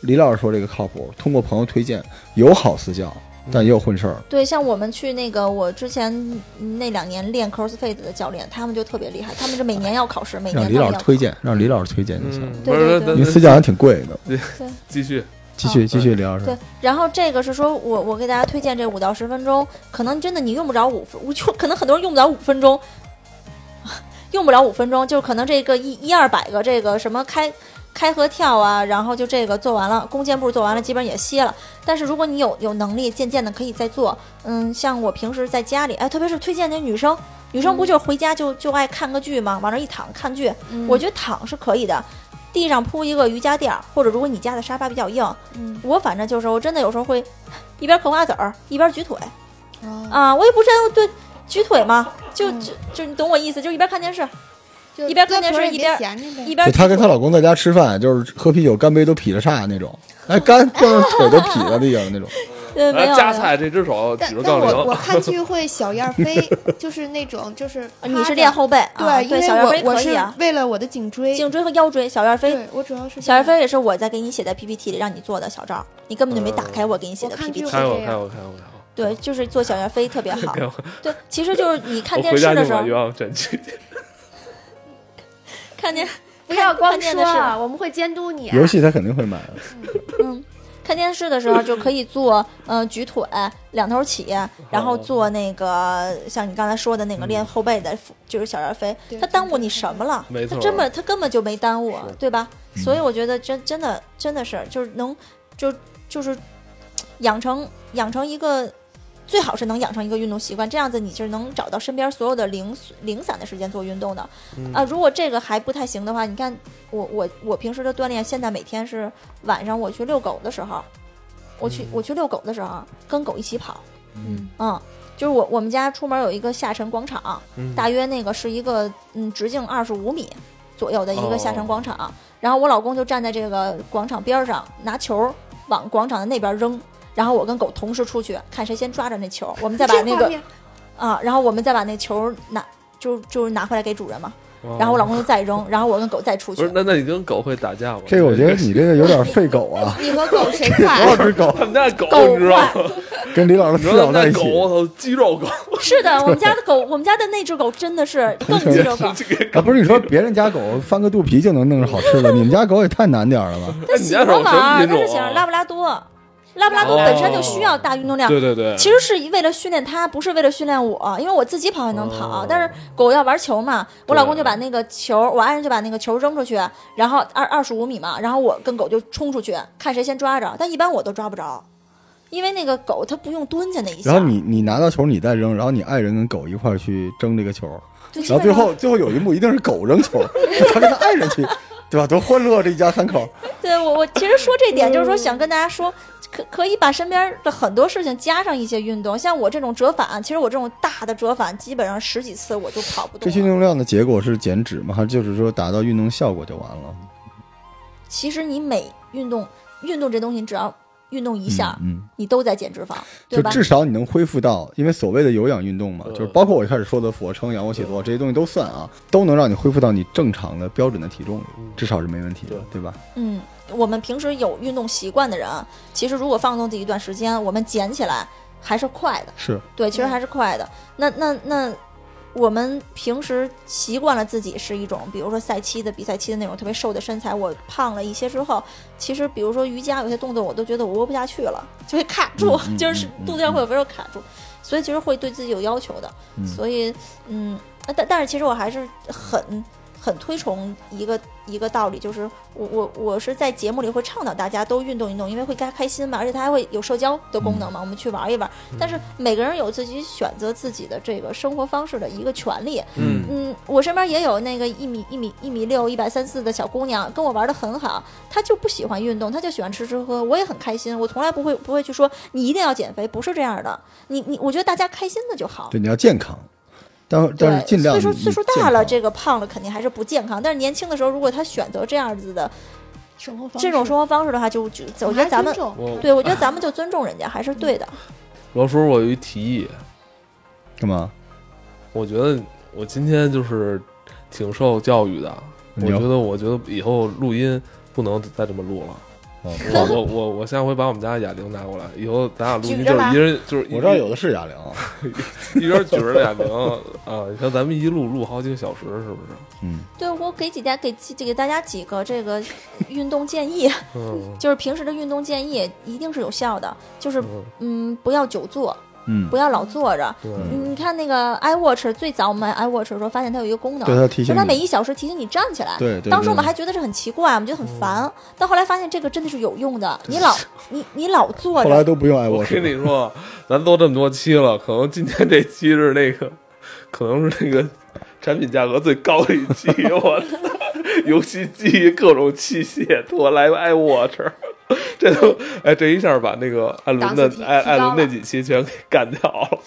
[SPEAKER 1] 李老师说这个靠谱，通过朋友推荐有好私教，但也有混事儿。
[SPEAKER 3] 对，像我们去那个我之前嗯那两年练 CrossFit 的教练，他们就特别厉害，他们是每年要考试，每年
[SPEAKER 1] 让
[SPEAKER 3] 他
[SPEAKER 1] 李
[SPEAKER 3] 们
[SPEAKER 1] 老
[SPEAKER 3] 要
[SPEAKER 1] 师
[SPEAKER 3] 考
[SPEAKER 1] 推。荐，让李老师推荐就行。
[SPEAKER 2] 嗯，
[SPEAKER 3] 对
[SPEAKER 2] 不是
[SPEAKER 3] 对
[SPEAKER 2] 那
[SPEAKER 3] 对
[SPEAKER 1] 因为
[SPEAKER 2] 那
[SPEAKER 1] 私教还挺贵的。
[SPEAKER 2] 继续，
[SPEAKER 1] 继续继续，李老师。
[SPEAKER 3] 哦对，然后这个是说我我给大家推荐这五到十分钟，可能真的你用不着五分，我就可能很多人用不着五分钟， 用不了五分钟，就是可能这个一一二百个这个什么开开合跳啊，然后就这个做完了，弓箭步做完了，基本也歇了。但是如果你有有能力，渐渐的可以再做。嗯，像我平时在家里，哎，特别是推荐那女生，女生不就是回家就就爱看个剧吗？往那一躺看剧，
[SPEAKER 4] 嗯
[SPEAKER 3] 我觉得躺是可以的。地上铺一个瑜伽垫儿，或者如果你家的沙发比较硬，
[SPEAKER 4] 嗯
[SPEAKER 3] 我反正就是我真的有时候会 一边嗑瓜子儿一边举腿
[SPEAKER 4] 啊，
[SPEAKER 3] 啊，我也不知道对举腿嘛，就
[SPEAKER 4] 嗯
[SPEAKER 3] 就就你懂我意思，就一边看电视
[SPEAKER 4] 就
[SPEAKER 3] 一边看电视
[SPEAKER 4] 胳膊
[SPEAKER 3] 一
[SPEAKER 4] 也别
[SPEAKER 3] 边
[SPEAKER 4] 闲着呗
[SPEAKER 3] 一边
[SPEAKER 1] 就
[SPEAKER 3] 举
[SPEAKER 1] 她跟她
[SPEAKER 3] 腿
[SPEAKER 1] 老公在家吃饭，就是喝啤酒干杯都劈了叉那种，哎，干光着腿都劈了地上 那种。
[SPEAKER 3] 对呃
[SPEAKER 2] 来
[SPEAKER 3] 没有
[SPEAKER 2] 夹
[SPEAKER 3] 没有
[SPEAKER 2] 啊菜这只手
[SPEAKER 4] 但
[SPEAKER 2] 举着
[SPEAKER 4] 但
[SPEAKER 2] 杠
[SPEAKER 4] 我我
[SPEAKER 2] 铃，
[SPEAKER 4] 看剧会小燕儿飞，就是那种就是
[SPEAKER 3] 啊 你
[SPEAKER 4] 趴
[SPEAKER 3] 是
[SPEAKER 4] 着
[SPEAKER 3] 练后背啊
[SPEAKER 4] 对，因
[SPEAKER 3] 对
[SPEAKER 4] 为
[SPEAKER 3] 小燕飞
[SPEAKER 4] 我我
[SPEAKER 3] 可
[SPEAKER 4] 是
[SPEAKER 3] 以啊，
[SPEAKER 4] 为了我的颈椎，
[SPEAKER 3] 颈椎和腰椎小燕飞。
[SPEAKER 4] 对我主要是
[SPEAKER 3] 小燕
[SPEAKER 4] 这样
[SPEAKER 3] 飞也是我在给你写在 PPT 里让你做的小赵，你根本就没打
[SPEAKER 1] 呃
[SPEAKER 3] 开我给你写的
[SPEAKER 4] 我看
[SPEAKER 3] PPT。
[SPEAKER 4] 就
[SPEAKER 2] 看我
[SPEAKER 4] 这样
[SPEAKER 2] 看我看我看我，
[SPEAKER 3] 对，就是做小燕飞特别 好
[SPEAKER 2] 没有。
[SPEAKER 3] 对，其实就是你看
[SPEAKER 2] 我
[SPEAKER 3] 电
[SPEAKER 2] 回
[SPEAKER 3] 视
[SPEAKER 2] 家
[SPEAKER 3] 的
[SPEAKER 2] 就
[SPEAKER 3] 时
[SPEAKER 2] 把
[SPEAKER 3] 候
[SPEAKER 2] 《，欲望战去。
[SPEAKER 3] 看电
[SPEAKER 4] 不要光说
[SPEAKER 3] 看电
[SPEAKER 4] 啊，我们会监督你啊。
[SPEAKER 1] 游戏她肯定会买的，
[SPEAKER 3] 嗯，看电视的时候就可 以做，呃，举腿两头起，然后做那个像你刚才说的
[SPEAKER 2] 嗯
[SPEAKER 3] 那个练后背的，就是小燕飞
[SPEAKER 4] 对，
[SPEAKER 3] 它耽误你什么了？
[SPEAKER 2] 没错
[SPEAKER 3] 它根本它根本就没耽误
[SPEAKER 2] 是，嗯
[SPEAKER 3] 对吧？所以我觉得真真的真的是就是能就就是养成养成一个。最好是能养成一个运动习惯，这样子你就是能找到身边所有的零零散的时间做运动的。
[SPEAKER 2] 嗯
[SPEAKER 3] 啊，如果这个还不太行的话，你看我我我平时的锻炼，现在每天是晚上我去遛狗的时候，
[SPEAKER 2] 嗯
[SPEAKER 3] 我去、我去遛狗的时候跟狗一起跑，
[SPEAKER 1] 嗯
[SPEAKER 3] 嗯，就是我我们家出门有一个下沉广场，
[SPEAKER 2] 嗯
[SPEAKER 3] 大约那个是一个嗯直径二十五米左右的一个下沉
[SPEAKER 2] 哦
[SPEAKER 3] 广场，然后我老公就站在这个广场边儿上拿球儿往广场的那边扔。然后我跟狗同时出去，看谁先抓着那球儿，我们再把
[SPEAKER 4] 这
[SPEAKER 3] 那
[SPEAKER 4] 画
[SPEAKER 3] 个
[SPEAKER 4] 面，
[SPEAKER 3] 啊，然后我们再把那球儿拿，就就是拿回来给主人嘛。
[SPEAKER 2] 哦
[SPEAKER 3] 然后我老公就再扔，然后我跟狗再出
[SPEAKER 2] 不
[SPEAKER 3] 去
[SPEAKER 2] 是，。那那你跟狗会打架吗？
[SPEAKER 1] 这个我觉得你这个有点费狗啊
[SPEAKER 4] 你和狗谁
[SPEAKER 1] 多
[SPEAKER 4] 快
[SPEAKER 1] 少？只狗
[SPEAKER 2] 他们家狗
[SPEAKER 3] 狗
[SPEAKER 2] 你知道吗？
[SPEAKER 1] 跟李老
[SPEAKER 2] 你
[SPEAKER 1] 师
[SPEAKER 2] 知
[SPEAKER 1] 撕
[SPEAKER 2] 道
[SPEAKER 1] 咬在
[SPEAKER 2] 啊那
[SPEAKER 1] 一起
[SPEAKER 2] 狗，，我操，肌肉狗，
[SPEAKER 3] 是的，我们家的狗， 我们家的那只狗真的是更
[SPEAKER 1] 同情
[SPEAKER 3] 肌肉狗，
[SPEAKER 1] 啊，不是你说别人家狗翻个肚皮就能弄着好吃的，你们家狗也太难点儿了 吧？
[SPEAKER 3] 它
[SPEAKER 2] 你
[SPEAKER 3] 喜
[SPEAKER 2] 家
[SPEAKER 3] 欢
[SPEAKER 2] 狗
[SPEAKER 3] 玩
[SPEAKER 2] 什么品
[SPEAKER 3] 儿，它
[SPEAKER 2] 种
[SPEAKER 3] 是喜欢拉布拉多，拉布拉多
[SPEAKER 2] 哦嗯
[SPEAKER 3] 本身就需要大运动量。
[SPEAKER 2] 对对
[SPEAKER 3] 其实是为了训练它，不是为了训练我，因为我自己跑也能跑，
[SPEAKER 2] 哦
[SPEAKER 3] 但是狗要玩球嘛，我
[SPEAKER 2] 对
[SPEAKER 3] 老公就把那个球，我爱人就把那个球扔出去，然后二二十五米嘛，然后我跟狗就冲出去，看谁先抓着，但一般我都抓不着，因为那个狗它不用蹲下那一下，
[SPEAKER 1] 然后你你拿到球你再扔，然后你爱人跟狗一块儿去争这个球，
[SPEAKER 3] 就 基
[SPEAKER 1] 然后
[SPEAKER 3] 本
[SPEAKER 1] 最
[SPEAKER 3] 上
[SPEAKER 1] 后最后有一幕一定是狗扔球，他跟他爱人去，对吧？多欢乐这一家三口。嗯
[SPEAKER 3] 对我，我其实说这点就是说想跟大家说，可可以把身边的很多事情加上一些运动，像我这种折返，其实我这种大的折返，基本上十几次我就跑不动
[SPEAKER 1] 这些运
[SPEAKER 3] 了。
[SPEAKER 1] 动量的结果是减脂吗？还是就是说达到运动效果就完了？
[SPEAKER 3] 其实你每运动运动这东西，你只要运动一下，
[SPEAKER 1] 嗯，嗯
[SPEAKER 3] 你都在减脂肪，对
[SPEAKER 1] 就
[SPEAKER 3] 吧？
[SPEAKER 1] 至少你能恢复到，因为所谓的有氧运动嘛，
[SPEAKER 2] 嗯
[SPEAKER 1] 就是包括我一开始说的俯卧撑、仰卧起坐这些东西都算啊，都能让你恢复到你正常的标准的体重里
[SPEAKER 2] 嗯，
[SPEAKER 1] 至少是没问题的
[SPEAKER 2] 对，
[SPEAKER 1] 对吧？
[SPEAKER 3] 嗯，我们平时有运动习惯的人，啊其实如果放纵自己一段时间，我们减起来还是快的。
[SPEAKER 1] 是，
[SPEAKER 3] 对，其实
[SPEAKER 4] 嗯
[SPEAKER 3] 还是快的。那那那，我们平时习惯了自己是一种，比如说赛期的比赛期的那种特别瘦的身材，我胖了一些之后，其实比如说瑜伽有些动作，我都觉得我握不下去了，就会卡住，
[SPEAKER 1] 嗯嗯
[SPEAKER 3] 就是
[SPEAKER 1] 嗯嗯
[SPEAKER 3] 肚子上会有肥肉卡住，所以其实会对自己有要求的。
[SPEAKER 1] 嗯
[SPEAKER 3] 所以嗯，呃但但是其实我还是很。很推崇一个一个道理，就是我我我是在节目里会倡导大家都运动运动，因为会大家开心嘛，而且它还会有社交的功能嘛，我们去玩一玩。但是每个人有自己选择自己的这个生活方式的一个权利。
[SPEAKER 2] 嗯
[SPEAKER 3] 嗯，我身边也有那个一米一米一米六一百三四的小姑娘，跟我玩的很好，她就不喜欢运动，她就喜欢吃吃喝，我也很开心。我从来不会不会去说你一定要减肥，不是这样的。你你，我觉得大家开心的就好。
[SPEAKER 1] 对，你要健康，但
[SPEAKER 3] 对，
[SPEAKER 1] 但是尽量
[SPEAKER 3] 岁数
[SPEAKER 1] 你
[SPEAKER 3] 岁数大了，
[SPEAKER 1] 健
[SPEAKER 3] 这个胖了肯定还是不健康。但是年轻的时候，如果她选择这样子的
[SPEAKER 4] 生活方
[SPEAKER 3] 这种生活方式的话，就就我觉得咱们
[SPEAKER 2] 我
[SPEAKER 3] 对我
[SPEAKER 1] 啊
[SPEAKER 3] 觉得咱们就尊重人家还是对的。
[SPEAKER 2] 罗叔，我有一提议，
[SPEAKER 1] 康干嘛？
[SPEAKER 2] 我觉得我今天就是挺受教育的。我
[SPEAKER 1] 你要
[SPEAKER 2] 觉得，我觉得以后录音不能再这么录 了。
[SPEAKER 1] 哦
[SPEAKER 2] 我我我我下回把我们家哑铃拿过来，以后咱俩录音
[SPEAKER 3] 举
[SPEAKER 2] 就
[SPEAKER 3] 着吧
[SPEAKER 2] 是一人就是一
[SPEAKER 1] 我这儿有的是哑铃啊，
[SPEAKER 2] 一人举着哑铃啊。你看咱们一录录好几个小时，是不是？
[SPEAKER 1] 嗯，
[SPEAKER 3] 对，我给几家给几给大家几个 这个运动建议，
[SPEAKER 2] 嗯
[SPEAKER 3] 就是平时的运动建议一定是有效的，就是
[SPEAKER 2] 嗯，
[SPEAKER 3] 嗯，不要久坐，
[SPEAKER 1] 嗯
[SPEAKER 3] 不，要老坐着。嗯
[SPEAKER 2] 对，
[SPEAKER 3] 你看那个 iWatch 最早我们买 iWatch 的时候发现它有一个功能，
[SPEAKER 1] 对它提
[SPEAKER 3] 就是
[SPEAKER 1] 醒
[SPEAKER 3] 它每
[SPEAKER 1] 你，
[SPEAKER 3] 一小时提醒你站起来。
[SPEAKER 1] 对对，
[SPEAKER 3] 当时我们
[SPEAKER 1] 对
[SPEAKER 3] 还觉得这很奇怪，我们觉得很
[SPEAKER 2] 嗯
[SPEAKER 3] 烦，但后来发现这个真的是有用的。你老你你老坐
[SPEAKER 1] 后来
[SPEAKER 3] 着，
[SPEAKER 1] 都不用爱
[SPEAKER 2] 我
[SPEAKER 1] 沃
[SPEAKER 2] 跟你
[SPEAKER 1] 士，
[SPEAKER 2] 说，咱都这么多期了，可能今天这期是那个，可能是那个产品价格最高的一期。 我操，游戏机、各种器械、拖来 iWatch，这都哎，这一下把那个艾伦
[SPEAKER 4] 档次提
[SPEAKER 2] 的艾
[SPEAKER 4] 提高
[SPEAKER 2] 艾
[SPEAKER 4] 了
[SPEAKER 2] 伦那几期全给干掉了。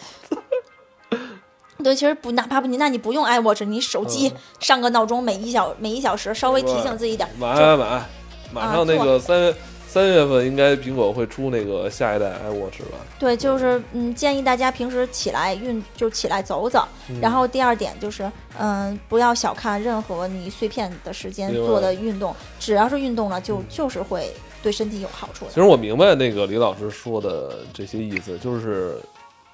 [SPEAKER 3] 对，其实不哪怕不你那你不用 iWatch，你手
[SPEAKER 2] 嗯
[SPEAKER 3] 机上个闹钟，每一小每一小时稍微提醒自己一点儿。
[SPEAKER 2] 买
[SPEAKER 3] 就
[SPEAKER 2] 买买，
[SPEAKER 4] 啊
[SPEAKER 2] 马上那个三月三月份应该苹果会出那个下一代 iWatch 吧？
[SPEAKER 3] 对，就是嗯，建议大家平时起来运就起来走走。
[SPEAKER 2] 嗯
[SPEAKER 3] 然后第二点就是，嗯，不要小看任何你碎片的时间
[SPEAKER 2] 另外
[SPEAKER 3] 做的运动，只要是运动了，就就是会对身体有好处
[SPEAKER 2] 其实
[SPEAKER 3] 的。
[SPEAKER 2] 我明白那个李老师说的这些意思，就是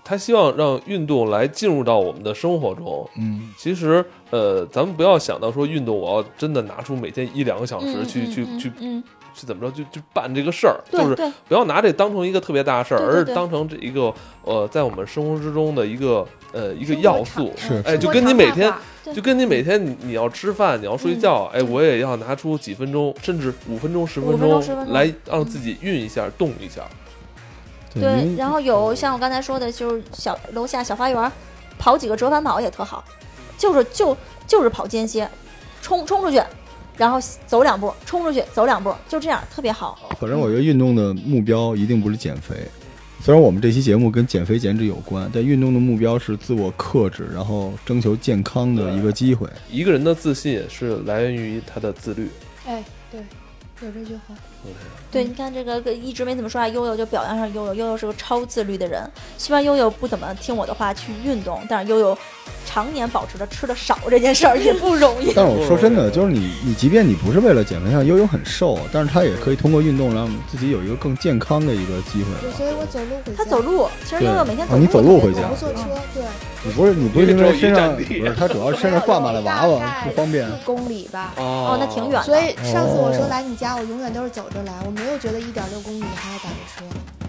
[SPEAKER 2] 他希望让运动来进入到我们的生活中。
[SPEAKER 1] 嗯，
[SPEAKER 2] 其实，呃，咱们不要想到说运动，我要真的拿出每天一两个小时
[SPEAKER 3] 嗯
[SPEAKER 2] 去、
[SPEAKER 3] 嗯
[SPEAKER 2] 去、
[SPEAKER 3] 嗯
[SPEAKER 2] 去
[SPEAKER 3] 嗯，
[SPEAKER 2] 去怎么着，去去办这个事儿，就
[SPEAKER 3] 对
[SPEAKER 2] 是
[SPEAKER 3] 对，
[SPEAKER 2] 不要拿这当成一个特别大的事儿，
[SPEAKER 3] 对对
[SPEAKER 2] 而是
[SPEAKER 3] 对
[SPEAKER 2] 当成这一个呃，在我们生活之中的一个呃一个要素。
[SPEAKER 1] 是
[SPEAKER 2] 哎，就
[SPEAKER 4] 生活
[SPEAKER 2] 跟你
[SPEAKER 4] 常
[SPEAKER 2] 每
[SPEAKER 4] 态
[SPEAKER 2] 天
[SPEAKER 4] 化
[SPEAKER 3] 对
[SPEAKER 2] 就跟你每天你你要吃饭，你要睡觉，哎，我也要拿出几分钟，甚至五分钟、十
[SPEAKER 3] 嗯五分钟
[SPEAKER 2] 钟
[SPEAKER 3] 10分钟
[SPEAKER 2] 来让自己运一下、动一下。
[SPEAKER 1] 因
[SPEAKER 3] 对。
[SPEAKER 1] 为
[SPEAKER 3] 然后有像我刚才说的，就是小楼下小花园儿，跑几个折返跑也特好，就是就就是跑间歇，冲冲出去，然后走两步，冲出去走两步，就这样特别好。
[SPEAKER 1] 反正我觉得运动的目标一定不是减肥，虽然我们这期节目跟减肥减脂有关，但运动的目标是自我克制，然后征求健康的一个机会。
[SPEAKER 2] 一个人的自信是来源于他的自律。
[SPEAKER 4] 哎，对，有这句话。
[SPEAKER 3] 对，
[SPEAKER 1] 嗯
[SPEAKER 3] 你看这个个一直没怎么说话，悠悠就表扬上悠悠。悠悠是个超自律的人，虽然悠悠不怎么听我的话去运动，但是悠悠常年保持着吃的少这件事儿也不 容易。
[SPEAKER 1] 但是我说真的，就是你，你即便你不是为了减肥，像悠悠很瘦，但是她也可以通过运动让自己有一个更健康的一个机会啊
[SPEAKER 4] 对，
[SPEAKER 1] 吧。
[SPEAKER 4] 所以我走路回家。
[SPEAKER 3] 他走路，其实悠悠每天走
[SPEAKER 1] 啊你走路
[SPEAKER 3] 特
[SPEAKER 1] 回
[SPEAKER 3] 别多
[SPEAKER 1] 家
[SPEAKER 4] 我不
[SPEAKER 2] 嗯
[SPEAKER 4] 坐车，对。
[SPEAKER 1] 你不是你不是因为身上
[SPEAKER 2] 因
[SPEAKER 1] 不
[SPEAKER 2] 为只有一站地
[SPEAKER 1] 是她主要是身上挂满了娃
[SPEAKER 4] 我大
[SPEAKER 1] 娃
[SPEAKER 4] 概
[SPEAKER 1] 不方便
[SPEAKER 4] 四，公里吧。
[SPEAKER 2] 哦
[SPEAKER 3] 那挺远的
[SPEAKER 4] 所以上次我说
[SPEAKER 1] 哦
[SPEAKER 4] 来你家，我永远都是走着来，我没有觉得一点六公里还要打着车。